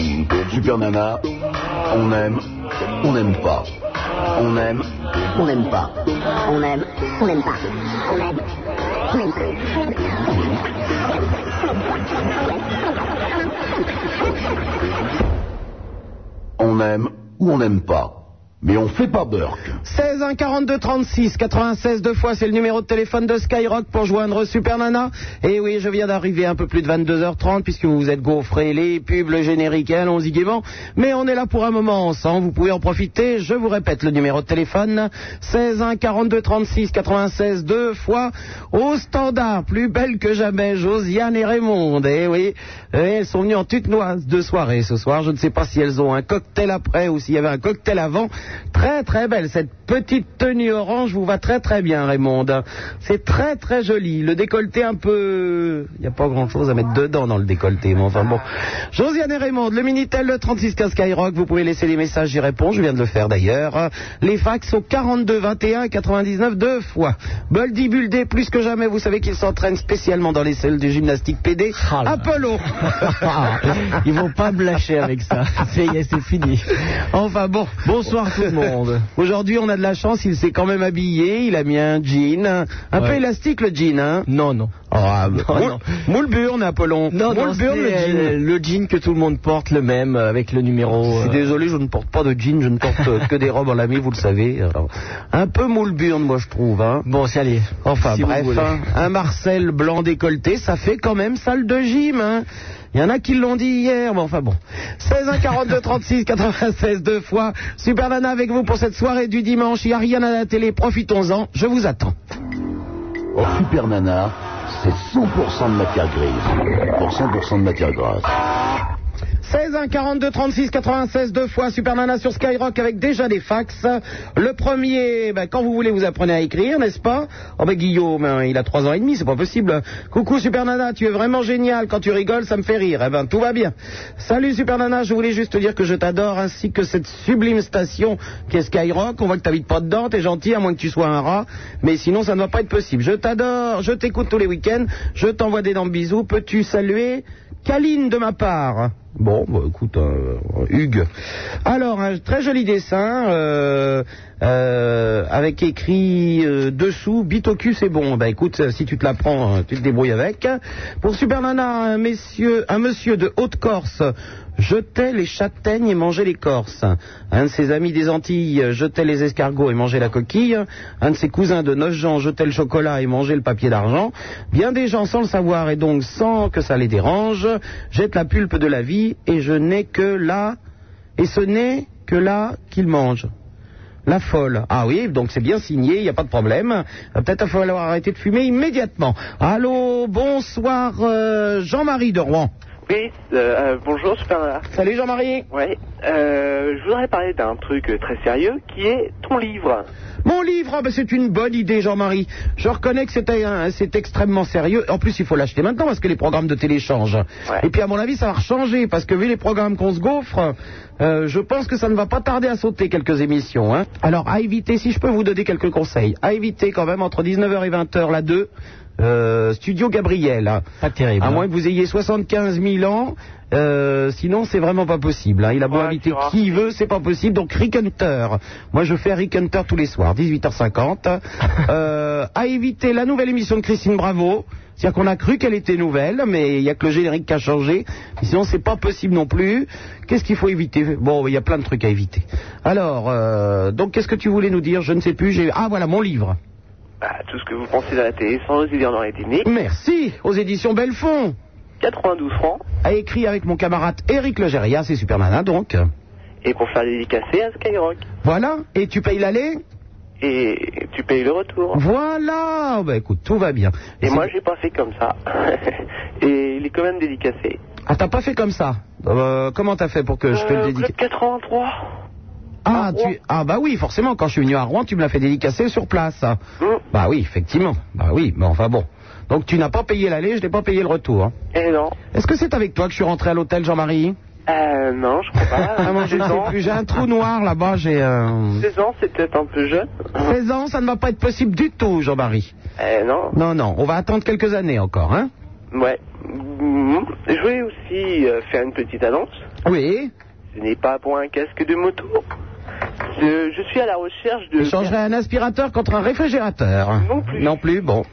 Super Nana, on aime, on n'aime pas. On aime, On n'aime pas. On aime. On n'aime pas. On aime. On n'aime pas. on aime ou on n'aime pas. Mais on fait pas Burke. 16 1 42 36 96 deux fois, c'est le numéro de téléphone de Skyrock pour joindre Super Nana. Et oui, je viens d'arriver un peu plus de 22h30 puisque vous vous êtes gaufré les pubs, le générique, et allons-y gaiement. Mais on est là pour un moment ensemble, vous pouvez en profiter. Je vous répète le numéro de téléphone 16 1 42 36 96 deux fois au standard plus belle que jamais Josiane et Raymond. Et oui, et elles sont venues en toute noise de soirée ce soir. Je ne sais pas si elles ont un cocktail après ou s'il y avait un cocktail avant. Très très belle. Cette petite tenue orange vous va très très bien, Raymond. C'est très très joli. Le décolleté un peu. Il n'y a pas grand chose à mettre dedans dans le décolleté, mais enfin bon. Josiane et Raymond, le Minitel, le 3615 Skyrock, vous pouvez laisser des messages, j'y réponds. Je viens de le faire d'ailleurs. Les fax au 42 21 et 99 deux fois. Boldy Buldé, plus que jamais, vous savez qu'il s'entraîne spécialement dans les salles de gymnastique PD. Apollo Oh Ils vont pas me lâcher avec ça. C'est c'est fini. Enfin bon. Bonsoir tout le monde. Aujourd'hui, on a de la chance, il s'est quand même habillé, il a mis un jean, un, un peu Ouais. élastique le jean, hein Non, non. Ah, Non, moule, non. moule burne, Apollon. Non, moule non, c'est, burne, le jean. euh, le jean que tout le monde porte, le même, euh, avec le numéro. Je suis euh, désolé, je ne porte pas de jean, je ne porte euh, que des robes en lami, vous le savez. Alors, un peu moule burne, moi, je trouve. Hein. Bon, c'est allez. Enfin, Si vous bref, voulez. hein, un Marcel blanc décolleté, ça fait quand même salle de gym. Hein. Il y en a qui l'ont dit hier, mais enfin bon. 16 1 42 36 96 deux fois. Super Nana avec vous pour cette soirée du dimanche. Il n'y a rien à la télé, profitons-en. Je vous attends. Oh, Super Nana, c'est 100% de matière grise pour 100% de matière grasse. 16 1 42 36 96 deux fois Super Nana sur Skyrock avec déjà des fax. Le premier, ben, quand vous voulez, vous apprenez à écrire, n'est-ce pas Oh ben Guillaume, hein, il a trois ans et demi, c'est pas possible. Coucou Super Nana, tu es vraiment génial. Quand tu rigoles, ça me fait rire. Eh ben tout va bien. Salut Super Nana, je voulais juste te dire que je t'adore ainsi que cette sublime station qu'est Skyrock. On voit que t'habites pas dedans, t'es gentil à moins que tu sois un rat, mais sinon ça ne va pas être possible. Je t'adore, je t'écoute tous les week-ends, je t'envoie des dents de bisous. Peux-tu saluer Caline de ma part. Bon, bah, écoute, euh, Hugues. Alors, un très joli dessin euh, euh, avec écrit euh, dessous, Bitocu, c'est bon. Bah écoute, euh, si tu te la prends, euh, tu te débrouilles avec. Pour Super Nana, un, messieurs- un monsieur de Haute-Corse jetait les châtaignes et mangeait l'écorce. Un de ses amis des Antilles euh, jetait les escargots et mangeait la coquille. Un de ses cousins de Nogent jetait le chocolat et mangeait le papier d'argent. Bien des gens, sans le savoir et donc sans que ça les dérange, jettent la pulpe de la vie et je n'ai que là, et ce n'est que là qu'ils mangent. La folle. Ah oui, donc c'est bien signé, il n'y a pas de problème. Va Peut-être falloir arrêter de fumer immédiatement. Allô, bonsoir euh, Jean-Marie de Rouen. Oui, euh, euh, bonjour Super Nana. Salut Jean-Marie. Ouais, euh, je voudrais parler d'un truc euh, très sérieux qui est ton livre. Mon livre, ah ben, c'est une bonne idée, Jean-Marie. Je reconnais que c'était un- c'est extrêmement sérieux. En plus, il faut l'acheter maintenant parce que les programmes de télé changent. Ouais. Et puis, à mon avis, ça va changer parce que vu les programmes qu'on se gaufre, euh, je pense que ça ne va pas tarder à sauter quelques émissions. hein. Alors, à éviter, si je peux vous donner quelques conseils, à éviter quand même entre 19h et 20h, la 2, euh, Studio Gabriel. Pas terrible. À hein. moins que vous ayez 75 000 ans, euh, sinon c'est vraiment pas possible. hein. Il a beau Ouais, inviter tu vois. qui il veut, c'est pas possible. Donc Rick Hunter. Moi je fais Rick Hunter tous les soirs, 18h50. euh, à éviter la nouvelle émission de Christine Bravo. C'est-à-dire qu'on a cru qu'elle était nouvelle, mais il n'y a que le générique qui a changé. Sinon, c'est pas possible non plus. Qu'est-ce qu'il faut éviter Bon, il y a plein de trucs à éviter. Alors, euh, donc, qu'est-ce que tu voulais nous dire Je ne sais plus. j'ai- Ah, voilà, mon livre. Bah, tout ce que vous pensez de la télé sans oser dire dans les dîners. Merci aux éditions Belfond. 92 francs. a écrit avec mon camarade Eric Legeria, c'est Super Nana donc. Et pour faire dédicacer à Skyrock. Voilà, et tu payes l'aller Et tu payes le retour. Voilà Bah écoute, tout va bien. Et C'est- moi j'ai pas fait comme ça. Et il est quand même dédicacé. Ah, t'as pas fait comme ça Euh, Comment t'as fait pour que je te le Euh, dédicace Club 83. ah, à Rouen. tu... ah, bah oui, forcément, quand je suis venu à Rouen, tu me l'as fait dédicacer sur place. Hum. Bah oui, effectivement. Bah oui, mais enfin bon. Donc tu n'as pas payé l'aller, je n'ai pas payé le retour. hein. Eh non. Est-ce que c'est avec toi que je suis rentré à l'hôtel, Jean-Marie Euh, non, je crois pas. Ah, moi, je ne 16 sais ans. plus, j'ai un trou noir là-bas, j'ai... euh, 16 ans, c'est peut-être un peu jeune. 16 ans, ça ne va pas être possible du tout, Jean-Marie. Eh non. Non, non, on va attendre quelques années encore, hein Mm, Ouais. Mhm. Je voulais aussi euh, faire une petite annonce. Oui. ce n'est pas pour un casque de moto. Je, je suis à la recherche de. Je changerais un aspirateur contre un réfrigérateur. Non plus. Non plus, bon.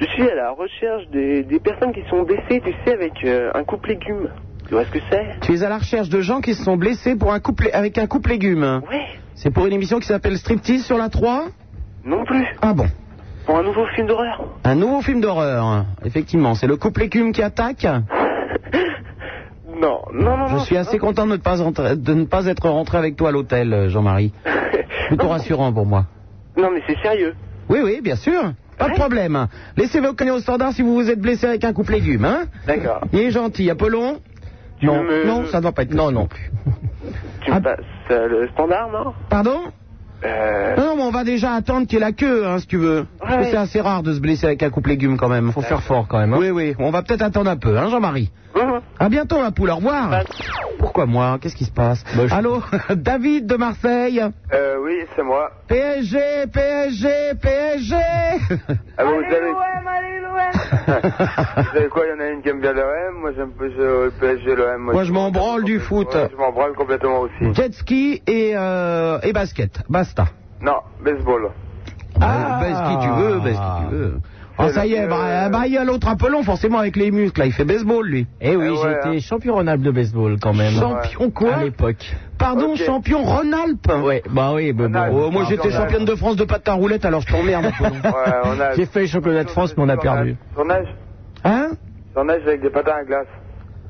Je suis à la recherche des, des personnes qui sont blessées, tu sais, avec euh, un coupe légumes. Tu vois ce que c'est Tu es à la recherche de gens qui se sont blessés pour un couple, avec un couple légumes. Ouais. C'est pour une émission qui s'appelle Striptease sur la 3 Non plus. Ah bon. Pour un nouveau film d'horreur. Un nouveau film d'horreur. Effectivement, c'est le couple légumes qui attaque. Non, non, non. Je non, suis non. assez content de ne pas, rentrer- de ne pas être rentré avec toi à l'hôtel, euh, Jean-Marie. Plutôt rassurant pour moi. Non, mais c'est sérieux. Oui, oui, bien sûr. Pas de problème. Laissez vos cognons au standard si vous vous êtes blessé avec un couple légumes, hein D'accord. Il est gentil. Apollon Tu Non, me- non, ça ne doit pas être. Non, non plus. Tu Ah. me passes euh, le standard, non Pardon Euh. Non, mais on va déjà attendre qu'il y ait la queue, hein, si tu veux. Parce que Ouais. c'est assez rare de se blesser avec un coupe légumes quand même. Faut faire fort quand même. hein. Oui, oui. On va peut-être attendre un peu, hein, Jean-Marie. hum, À bientôt, la poule. Au revoir. Bah. Pourquoi moi Qu'est-ce qui se passe Allô David de Marseille. Euh, oui, c'est moi. PSG, PSG, PSG Ah, bah, vous savez, vous savez quoi, il y en a une qui aime bien l'OM, moi j'aime plus euh, le PSG, l'OM. Moi, je m'en branle du foot. Ouais, je m'en branle complètement aussi. Jet ski et, euh, et basket. Basta. Non, baseball. Ah, Ben, baisse qui tu veux, baisse qui tu veux. Ah, ça y est, Euh, bah, bah, il y a l'autre un peu long, forcément, avec les muscles, là, il fait baseball, lui. Eh oui, Ah ouais, j'ai hein. été championable de baseball quand même. Champion quoi À l'époque. Pardon, Ok. champion Rhône-Alpes Ouais, bah oui, bah, Ronaldo. bon. Oh, moi, j'étais Champion championne de France de patin roulette, alors je t'emmerde. Apollon. Ouais, on a. J'ai fait le championnat de France, mais on a perdu. Tournage hein Tournage avec des patins à glace.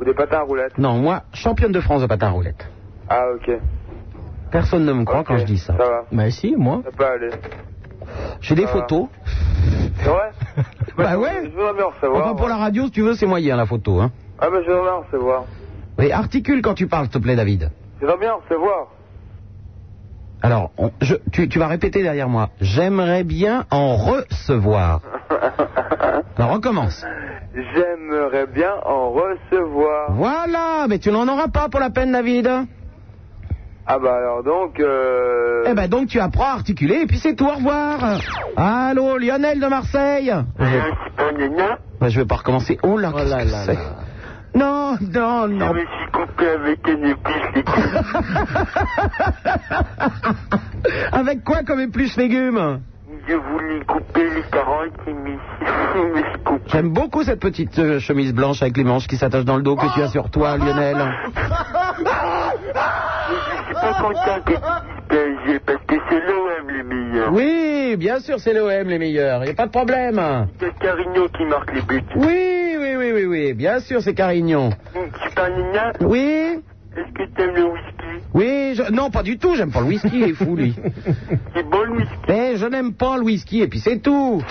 Ou des patins à roulettes. Non, moi, championne de France de patin roulette. Ah, ok. Personne ne me croit Ok, quand je dis ça. Ça va, Bah si, moi. ça peut aller. J'ai des Ça va. photos. C'est vrai Bah Je- ouais. Je voudrais bien en savoir. Enfin, pour la radio, si tu veux, c'est moyen, la photo. Hein. Ah, mais je voudrais bien en savoir. Oui, articule quand tu parles, s'il te plaît, David. Je voudrais bien en savoir. Alors, on- je- tu, tu vas répéter derrière moi. J'aimerais bien en recevoir. Alors, on commence. J'aimerais bien en recevoir. Voilà, mais tu n'en auras pas pour la peine, David. Ah, bah alors donc. Euh... Eh ben, donc tu apprends à articuler et puis c'est tout, au revoir. Allô, Lionel de Marseille. Bah, je vais pas recommencer. Oh là, qu'est-ce là que là c'est là. Non, non, non. suis coupé avec une épice. Avec quoi comme épluche légumes Je voulais couper les carottes et mes, mes scoops. J'aime beaucoup cette petite euh, chemise blanche avec les manches qui s'attachent dans le dos que tu as sur toi, Lionel. Je suis pas content que tu dises PSG parce que c'est l'OM les meilleurs. Oui, bien sûr, c'est l'OM les meilleurs. Il a pas de problème. C'est Carigno qui marque les buts. Oui, oui, oui, oui, oui. Bien sûr, c'est Carignon. Super Nina, Oui, est-ce que t'aimes le whisky oui. je- Non, pas du tout. J'aime pas le whisky. Il est fou, lui. C'est bon le whisky Mais je n'aime pas le whisky et puis c'est tout.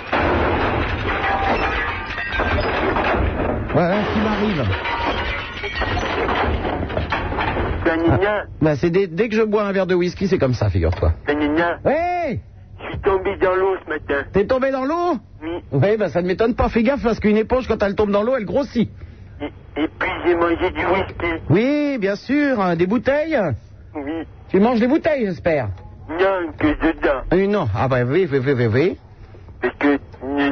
Voilà ce qui m'arrive. Super Nina, Bah, c'est dès, dès que je bois un verre de whisky, c'est comme ça, figure-toi. Super Nina, Hé je suis tombé dans l'eau ce matin. T'es tombé dans l'eau Oui. Oui, bah ça ne m'étonne pas. Fais gaffe parce qu'une éponge, quand elle tombe dans l'eau, elle grossit. Et, et puis j'ai mangé du whisky. Oui, bien sûr. hein, Des bouteilles Oui. Tu manges des bouteilles, j'espère. Non, que dedans. Euh, non. Ah bah oui, oui, oui, oui, oui. Parce que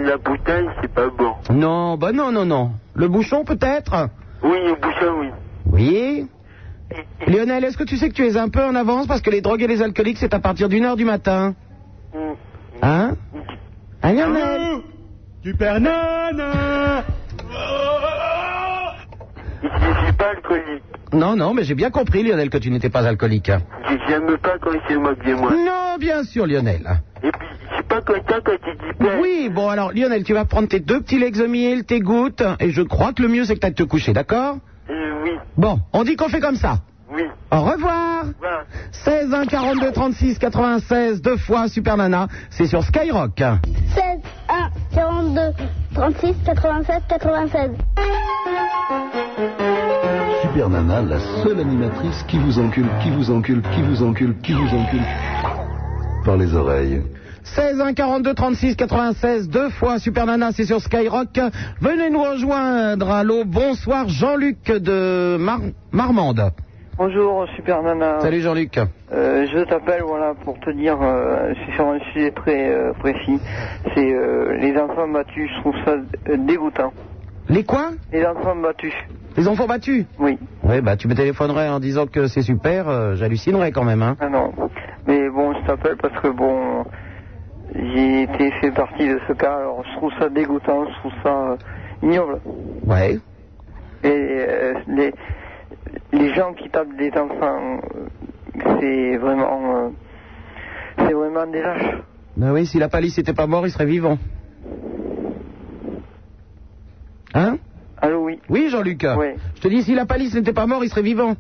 la bouteille, c'est pas bon. Non, bah non, non, non. Le bouchon, peut-être Oui, le bouchon, oui. Oui. Lionel, est-ce que tu sais que tu es un peu en avance parce que les drogues et les alcooliques, c'est à partir d'une heure du matin Mm. Hein Ah, Lionel Je suis pas alcoolique. Non, non, mais j'ai bien compris, Lionel, que tu n'étais pas alcoolique. Je- J'aime pas quand il se moque de moi. Non, bien sûr, Lionel. Et puis, je suis pas content quand tu dis pas. Oui, bon, alors, Lionel, tu vas prendre tes deux petits Lexomil, tes gouttes, et je crois que le mieux, c'est que tu te coucher, d'accord Euh, oui, Bon, on dit qu'on fait comme ça. oui. Au revoir Voilà. 16 1 42 36 96 deux fois Super Nana, c'est sur Skyrock. 16, 1, 42, 36, 96, 96. Super Nana, la seule animatrice qui vous encule, qui vous encule, qui vous encule, qui vous encule. Par les oreilles. 16 1 42 36 96 deux fois Super Nana, c'est sur Skyrock. Venez nous rejoindre. Allô, bonsoir Jean-Luc de Mar- Marmande. Bonjour Super Nana. Salut Jean-Luc. Euh, je t'appelle voilà pour te dire euh, c'est sur un sujet très euh, précis. C'est euh, les enfants battus, je trouve ça euh, dégoûtant. Les quoi Les enfants battus. Les enfants battus Oui. Oui, bah tu me téléphonerais en disant que c'est super, euh, j'hallucinerais quand même, hein. Ah non. Mais bon, je t'appelle parce que bon, j'ai été fait partie de ce cas. Alors, je trouve ça dégoûtant, je trouve ça euh, ignoble. Ouais. Et euh, les, les gens qui tapent des enfants, euh, c'est vraiment, euh, c'est vraiment des lâches. Ben oui, si la palisse n'était pas mort, il serait vivant. Hein Allô, oui. Oui, Jean-Luc. Ouais. Je te dis, si la palisse n'était pas mort, il serait vivant.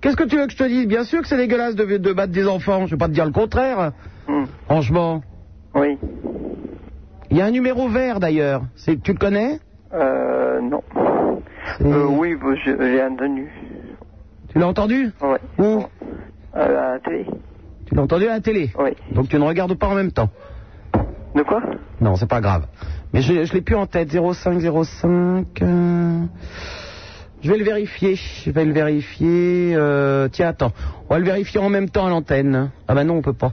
Qu'est-ce que tu veux que je te dise Bien sûr que c'est dégueulasse de, de battre des enfants. Je vais pas te dire le contraire. Hmm. Franchement. Oui. Il y a un numéro vert d'ailleurs. C'est- Tu le connais Euh, non. Euh, oui, bah, je- j'ai entendu. Tu l'as entendu Ouais. Euh, Où À la télé. Tu l'as entendu à la télé Oui. Donc tu ne regardes pas en même temps. De quoi Non, c'est pas grave. Mais je, je l'ai plus en tête. 0505. euh, Je vais le vérifier. Je vais le vérifier. euh, Tiens, attends. On va le vérifier en même temps à l'antenne. Ah bah non, on peut pas.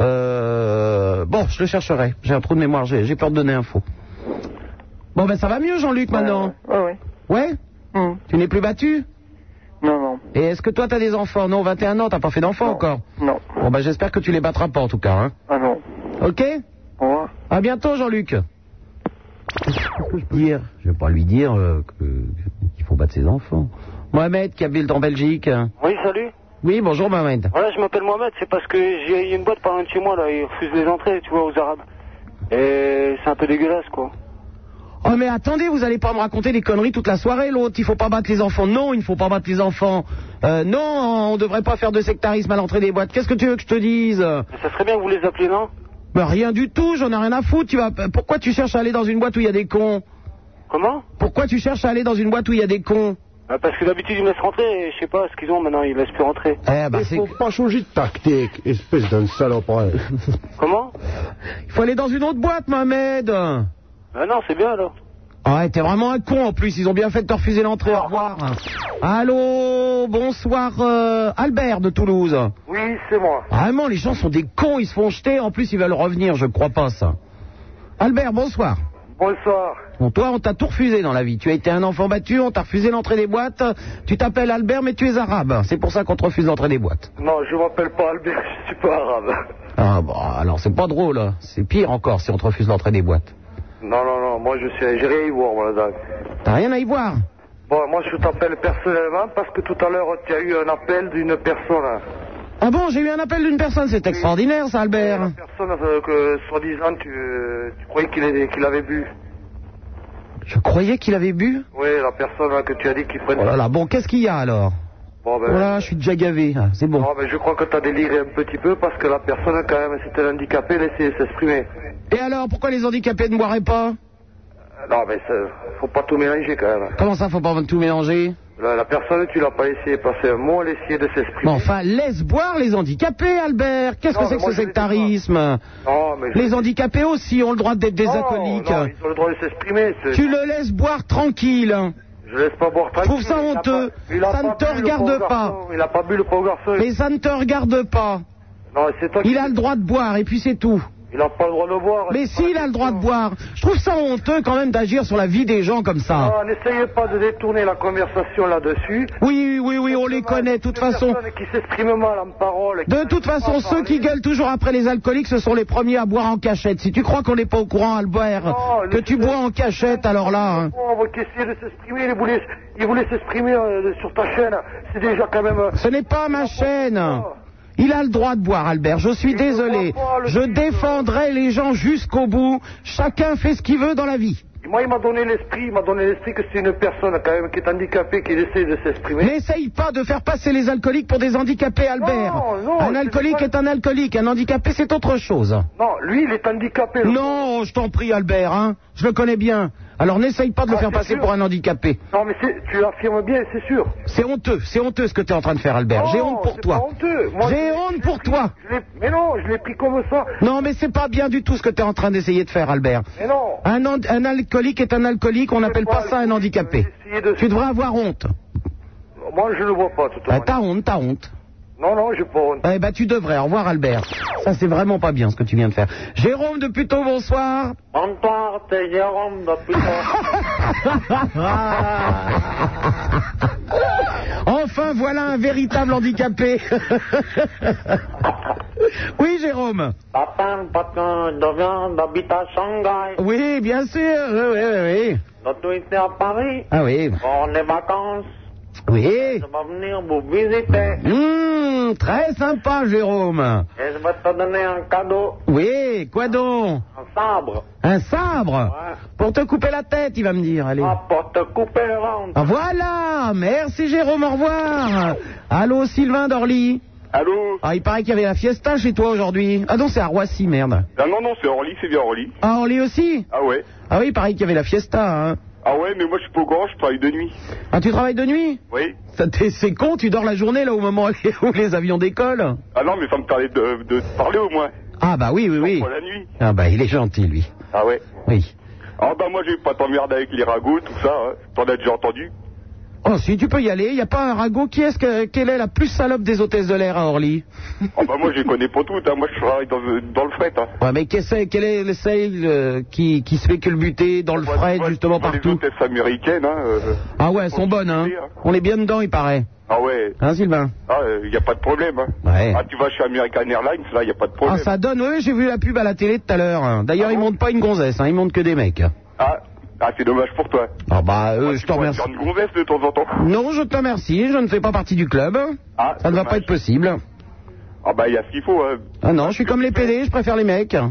Euh, Bon, je le chercherai. J'ai un trou de mémoire. J'ai j'ai peur de donner info. Bon, ben ça va mieux, Jean-Luc, maintenant. Euh, Ouais, ouais. Ouais Hmm. Tu n'es plus battu Non, non. Et est-ce que toi, t'as des enfants Non, 21 ans, t'as pas fait d'enfants Non. encore. Non. Bon, ben j'espère que tu les battras pas, en tout cas. Hein. Ah non. Ok Au revoir. À bientôt, Jean-Luc. Qu'est-ce que je peux dire Je vais pas lui dire euh, que- qu'il faut battre ses enfants. Mohamed qui habite en Belgique. Oui, salut. Oui, bonjour Mohamed. Voilà, je m'appelle Mohamed, c'est parce que j'ai eu une boîte par un de chez moi, là, ils refusent les entrées, tu vois, aux Arabes. Et c'est un peu dégueulasse, quoi. Oh mais attendez, vous allez pas me raconter des conneries toute la soirée, l'autre, il faut pas battre les enfants. Non, il ne faut pas battre les enfants. Euh, non, on devrait pas faire de sectarisme à l'entrée des boîtes. Qu'est-ce que tu veux que je te dise Mais ça serait bien que vous les appeliez, non Bah, Rien du tout, j'en ai rien à foutre. Tu vas... euh, Pourquoi tu cherches à aller dans une boîte où il y a des cons Comment Pourquoi tu cherches à aller dans une boîte où il y a des cons Bah, Parce que d'habitude, ils me laissent rentrer, et je sais pas ce qu'ils ont maintenant, ils laissent plus rentrer. Eh ben, c'est... Faut pas changer de tactique, espèce d'un saloperin. Comment Il faut aller dans une autre boîte, Mohamed Bah non, c'est bien, alors. Ah Ouais, t'es vraiment un con en plus, ils ont bien fait de te refuser l'entrée, au revoir. Allô, bonsoir euh, Albert de Toulouse. Oui, c'est moi. Vraiment, les gens sont des cons, ils se font jeter, en plus ils veulent revenir, je crois pas ça. Albert, bonsoir. Bonsoir. Bon, toi, on t'a tout refusé dans la vie. Tu as été un enfant battu, on t'a refusé l'entrée des boîtes. Tu t'appelles Albert, mais tu es arabe. C'est pour ça qu'on te refuse l'entrée des boîtes. Non, je m'appelle pas Albert, je suis pas arabe. Ah bon, alors c'est pas drôle. hein. C'est pire encore si on te refuse l'entrée des boîtes. Non, non, non, moi je suis, j'ai rien à y voir, madame. T'as rien à y voir. Bon, moi je t'appelle personnellement parce que tout à l'heure tu as eu un appel d'une personne. Ah bon, j'ai eu un appel d'une personne, c'est extraordinaire ça, La Albert. personne euh, que, soi-disant, tu, euh, tu croyais qu'il avait- qu'il avait bu. Je croyais qu'il avait bu. Oui, la personne hein, que tu as dit qu'il prenait. Oh là Oh là, bon, qu'est-ce qu'il y a alors Bon, ben, Voilà, je suis déjà gavé, Ah, c'est bon. bon, ben, je crois que tu as déliré un petit peu parce que la personne, quand même, c'était un handicapé, laissez s'exprimer. Et alors, pourquoi les handicapés ne boiraient pas Euh, Non, mais ça- faut pas tout mélanger quand même. Comment ça, faut pas tout mélanger La, la personne, tu l'as pas laissé passer un mot, elle essayait de s'exprimer. Mais enfin, laisse boire les handicapés, Albert Qu'est-ce que Non, c'est mais que moi, ce je les sectarisme Non, mais je- Les handicapés aussi ont le droit d'être des Non, alcooliques. Oh, non, ils ont le droit de s'exprimer. c'est- Tu le laisses boire tranquille. hein. Je laisse pas boire trouve tranquille, ça il a honteux. pas- il a Ça pas ne te bu, le regarde pas. pauvre garçon, Il a pas bu le pauvre garçon. Mais ça ne te regarde pas. Non, c'est toi Il qui- a le droit de boire, et puis c'est tout. Il a pas le droit de boire. Mais c'est pas s'il la a le droit de question. boire, je trouve ça honteux quand même d'agir sur la vie des gens comme ça. Non, Ah, n'essayez pas de détourner la conversation là-dessus. Oui, oui, oui, on les connaît, de toute façon. personnes qui s'expriment mal en parole. qui De toute n'arrivent pas façon, à ceux qui parler. gueulent toujours après les alcooliques, ce sont les premiers à boire en cachette. Si tu crois qu'on n'est pas au courant, Albert, Non, que Oh, le- tu bois en cachette, alors là... hein. Les pauvres qui essayaient de s'exprimer, ils voulaient, ils voulaient s'exprimer euh, sur ta chaîne. C'est déjà quand même. euh, Ce n'est pas ma chaîne. Il a le droit de boire, Albert. Je suis ne désolé. boit pas, le Je type. défendrai les gens jusqu'au bout. Chacun fait ce qu'il veut dans la vie. Moi, il m'a donné l'esprit, il m'a donné l'esprit que c'est une personne quand même qui est handicapée, qui essaie de s'exprimer. N'essaye pas de faire passer les alcooliques pour des handicapés, Albert. Non, non, un je alcoolique dis est un alcoolique. Un handicapé, c'est autre chose. Non, lui, il est handicapé. le- Non, je t'en prie, Albert. Hein. Je le connais bien. Alors n'essaye pas de le Ah, faire c'est passer sûr. pour un handicapé. Non, mais c'est- tu l'affirmes bien, c'est sûr. C'est honteux, c'est honteux ce que tu es en train de faire, Albert. Non, J'ai honte pour c'est toi. pas honteux. Moi, J'ai je- honte je pour l'ai pris- toi. je l'ai- Mais non, je l'ai pris comme ça. Non, mais c'est pas bien du tout ce que tu es en train d'essayer de faire, Albert. Mais non. Un, an- un alcoolique est un alcoolique, on n'appelle pas pas ça un alcoolique, handicapé. euh, essayer de- Tu devrais avoir honte. Moi, je ne vois pas tout Bah, à t'as honte, t'as honte. Non, non, j'ai pas honte. Eh ben, tu devrais. Au revoir, Albert. Ça, c'est vraiment pas bien ce que tu viens de faire. Jérôme de Puteaux, bonsoir. Bonsoir, c'est Jérôme de Puteaux. Enfin, voilà un véritable handicapé. oui, Jérôme. Papa, papa, je viens d'habiter à Shanghai. Oui, bien sûr. Oui, oui, oui. J'ai tout été à Paris. Ah oui. Pour les vacances. Oui. Je vais venir vous visiter. Hum, très sympa, Jérôme. Et je vais te donner un cadeau. Oui, quoi donc Un sabre. Un sabre Ouais. Pour te couper la tête, il va me dire. Allez. Ah, pour te couper le ventre. Ah, Voilà, merci Jérôme, au revoir. Allô, Sylvain d'Orly. Allô Ah, il paraît qu'il y avait la fiesta chez toi aujourd'hui. Ah non, c'est à Roissy, merde. Ah non, non, c'est Orly, c'est bien Orly. Ah, Orly aussi Ah ouais Ah oui, il paraît qu'il y avait la fiesta. Hein. Ah ouais, mais moi je suis pas au grand, je travaille de nuit. Ah, tu travailles de nuit Oui Ça t'est- C'est con, tu dors la journée là au moment où les avions décollent. Ah non, mais ça me parlait de, de te parler au moins. Ah bah oui, oui, oui. Pour la nuit. Ah bah il est gentil, lui. Ah ouais Oui. Ah bah moi j'ai pas t'emmerder avec les ragots, tout ça. hein. T'en as déjà entendu Oh, si tu peux y aller, il n'y a pas un ragot. Qui est-ce que, quelle est la plus salope des hôtesses de l'air à Orly Ah bah moi je les connais pas toutes, hein. moi je travaille dans, dans le fret. Hein. Ouais, mais qu'est-ce quel est le sale euh, qui, qui se fait culbuter dans le fret, justement Moi, Les partout hôtesses américaines, hein. euh, Ah ouais, elles sont bonnes, hein. On est bien dedans, il paraît. Ah ouais, Hein, Sylvain ah, euh, y a pas de problème. Hein. Ouais. Ah tu vas chez American Airlines, là y a pas de Ah, problème. ça donne, oui, j'ai vu la pub à la télé tout à l'heure. hein. D'ailleurs, ils montent pas une gonzesse, hein, ils montent que des mecs. Ah, ah, c'est dommage pour toi. Ah bah, euh, je te pourrais remercie. faire une gonzesse de temps en temps. Non, je te remercie, je ne fais pas partie du club. Ah, Ça ne va dommage. pas être possible. Ah bah y a ce qu'il faut. Hein. Ah non, je suis comme les PD, je préfère les mecs. Ah,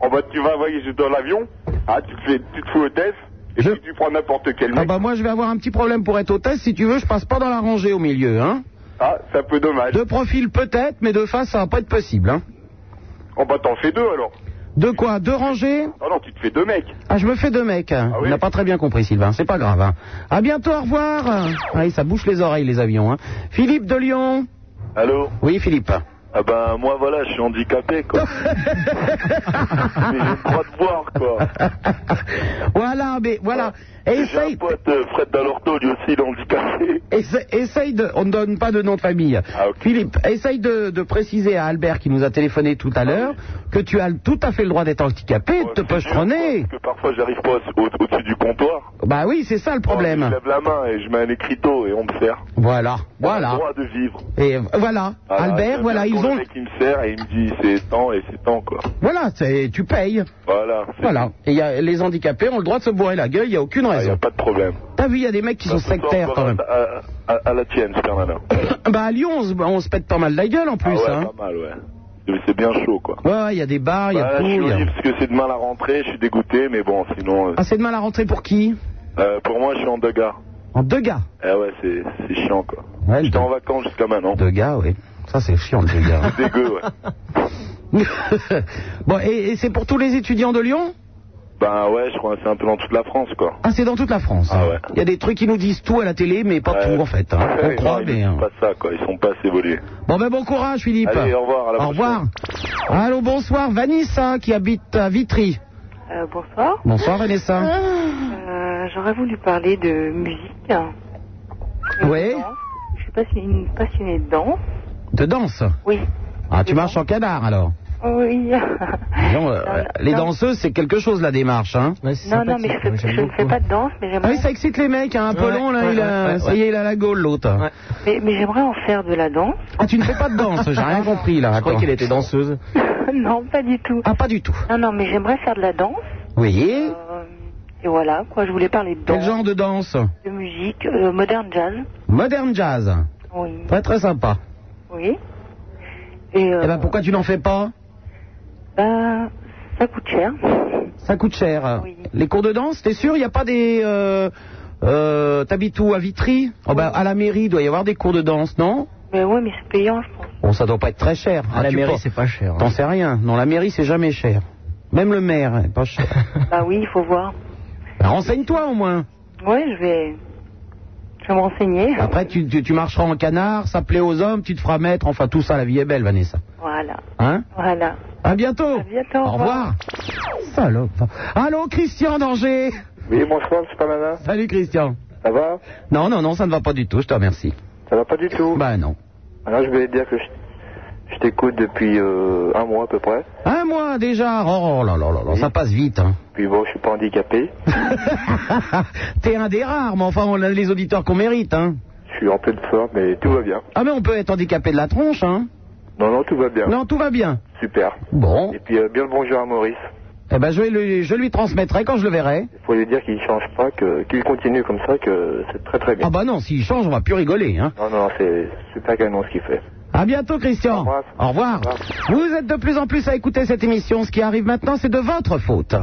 Oh bah tu vas voyager dans l'avion, ah, tu, te fais, tu te fous au test, et puis tu prends n'importe quel Ah mec. Ah, bah moi, je vais avoir un petit problème pour être hôtesse. Si tu veux, je passe pas dans la rangée au milieu, hein. Ah, c'est un peu dommage. De profil peut-être, mais de face, ça va pas être possible, hein. Oh bah t'en fais deux alors. De quoi Deux rangées Ah non, tu te fais deux mecs. Ah, je me fais deux mecs. On oui n'a pas très bien compris, Sylvain. C'est pas grave. Hein. À bientôt, au revoir. Ah, et ça bouche les oreilles, les avions. Hein. Philippe de Lyon. Allô Oui, Philippe. Ah ben moi voilà, je suis handicapé quoi. mais j'ai le droit de voir quoi. Voilà, mais voilà. Et J'ai un Essaye, pote euh, Fred Dalorto, lui aussi il est handicapé. essa- essaye de. On ne donne pas de nom de famille. Philippe, essaye de, de préciser à Albert qui nous a téléphoné tout à l'heure que tu as tout à fait le droit d'être handicapé, et de te postronner. Parce que parfois j'arrive pas au- au- au-dessus du comptoir. Bah oui, c'est ça le Je problème. lève la main et je mets un écriteau et on me sert. Voilà, On a voilà. le droit de vivre. Et voilà, Ah, Albert, j'aime voilà, bien ils quand ont. Le mec il me sert et il me dit c'est temps et c'est temps quoi. Voilà, c'est- tu payes. Voilà. Voilà. Et y a- les handicapés ont le droit de se bourrer la gueule, il n'y a aucune Il n'y raison. Ah, a pas de problème. T'as vu, il y a des mecs qui sont Ce soir, sectaires on quand va même. À, à- à la tienne, Supernana. Bah à Lyon, on se, on se pète pas mal la gueule en Ah plus. ouais, hein. pas mal, ouais. Mais C'est bien chaud quoi. Ouais, ouais, il y a des bars, il y Bah, a je tout. suis au il y a- lit parce que c'est demain la rentrée, je suis dégoûté, mais bon, sinon, euh, Ah, c'est demain la rentrée pour qui euh, pour moi, je suis en deux gars. En deux gars. Eh ouais, c'est c'est chiant, quoi. Ouais, J'étais en vacances jusqu'à maintenant. Deux gars, oui. Ça, c'est chiant, le deux gars. C'est dégueu, ouais. bon, et, et c'est pour tous les étudiants de Lyon Ben ouais, je crois que c'est un peu dans toute la France, quoi. Ah, c'est dans toute la France. Ah hein. ouais. Il y a des trucs qui nous disent tout à la télé, mais pas Ouais. tout en fait. hein. Ouais, On croit, non, ils mais. font hein. pas ça, quoi. Ils sont pas assez évolués. Bon ben bon courage Philippe. Allez, au revoir, à la au prochaine. revoir. Allô, bonsoir Vanessa qui habite à Vitry. Euh, bonsoir. Bonsoir Vanessa. Euh, J'aurais voulu parler de musique. Oui. Je suis passi- une passionnée de danse. De danse. Oui. Ah tu marches en canard alors. Oui. Dis donc, euh, Non, les Ah, bah, non. danseuses c'est quelque chose la démarche hein. non, non, mais je, fais- je ne fais pas de danse, mais Ah j'aimerais oui ça excite les mecs hein, un peu Ouais, long là ouais, il a ouais, ouais, ça y est il a la gaule l'autre. mais, mais j'aimerais en faire de la danse. Ah tu ne fais pas de danse j'ai rien compris là. Je crois qu'elle était danseuse. non, pas du tout. Ah, pas du tout. Non, non, mais j'aimerais faire de la danse. Oui. Et voilà, quoi, je voulais parler de Quel danse, genre de danse de musique, euh, modern jazz. Modern jazz. Oui. Très très sympa. Oui. Et, euh, Eh ben pourquoi tu n'en fais pas ben, ça coûte cher. Ça coûte cher. Les cours de danse, t'es sûr Il n'y a pas des... Euh, euh, T'habites où À Vitry oh, ben, À la mairie, il doit y avoir des cours de danse, non Mais ouais, mais c'est payant, je pense. Bon, ça doit pas être très cher. À la tu mairie, penses- c'est pas cher, hein. T'en sais rien. Non, la mairie, c'est jamais cher. Même le maire, est pas cher. Bah oui, il faut voir. Ben, Renseigne-toi au moins. Ouais, je vais. Je vais me renseigner. Après, tu, tu, tu marcheras en canard, ça plaît aux hommes, tu te feras mettre. Enfin, tout ça, la vie est belle, Vanessa. Voilà. Hein Voilà. À bientôt. À bientôt, au Au revoir. Salope. Allô, Christian d'Angers. Oui, bonsoir, Supernana. hein. Salut, Christian. Ça va Non, non, non, ça ne va pas du tout, je te remercie. Ça va pas du tout Bah non. Alors, je voulais te dire que je, je t'écoute depuis euh, un mois à peu près. Un mois déjà Oh, oh là là là là, ça passe vite. hein. Puis bon, je suis pas handicapé. T'es un des rares, mais enfin, on a les auditeurs qu'on mérite. Hein. Je suis en pleine forme mais tout va bien. Ah, mais on peut être handicapé de la tronche, hein Non, non, tout va bien. Non, tout va bien. Super. Bon. Et puis euh, bien le bonjour à Maurice. Eh ben, je, vais lui- je lui transmettrai quand je le verrai. Il faut lui dire qu'il change pas, que qu'il continue comme ça, que c'est très très bien. Ah bah non, s'il change, on va plus rigoler. Hein. Non, non, c'est super canon ce qu'il fait. À bientôt, Christian. Au revoir. Vous êtes de plus en plus à écouter cette émission. Ce qui arrive maintenant, c'est de votre faute.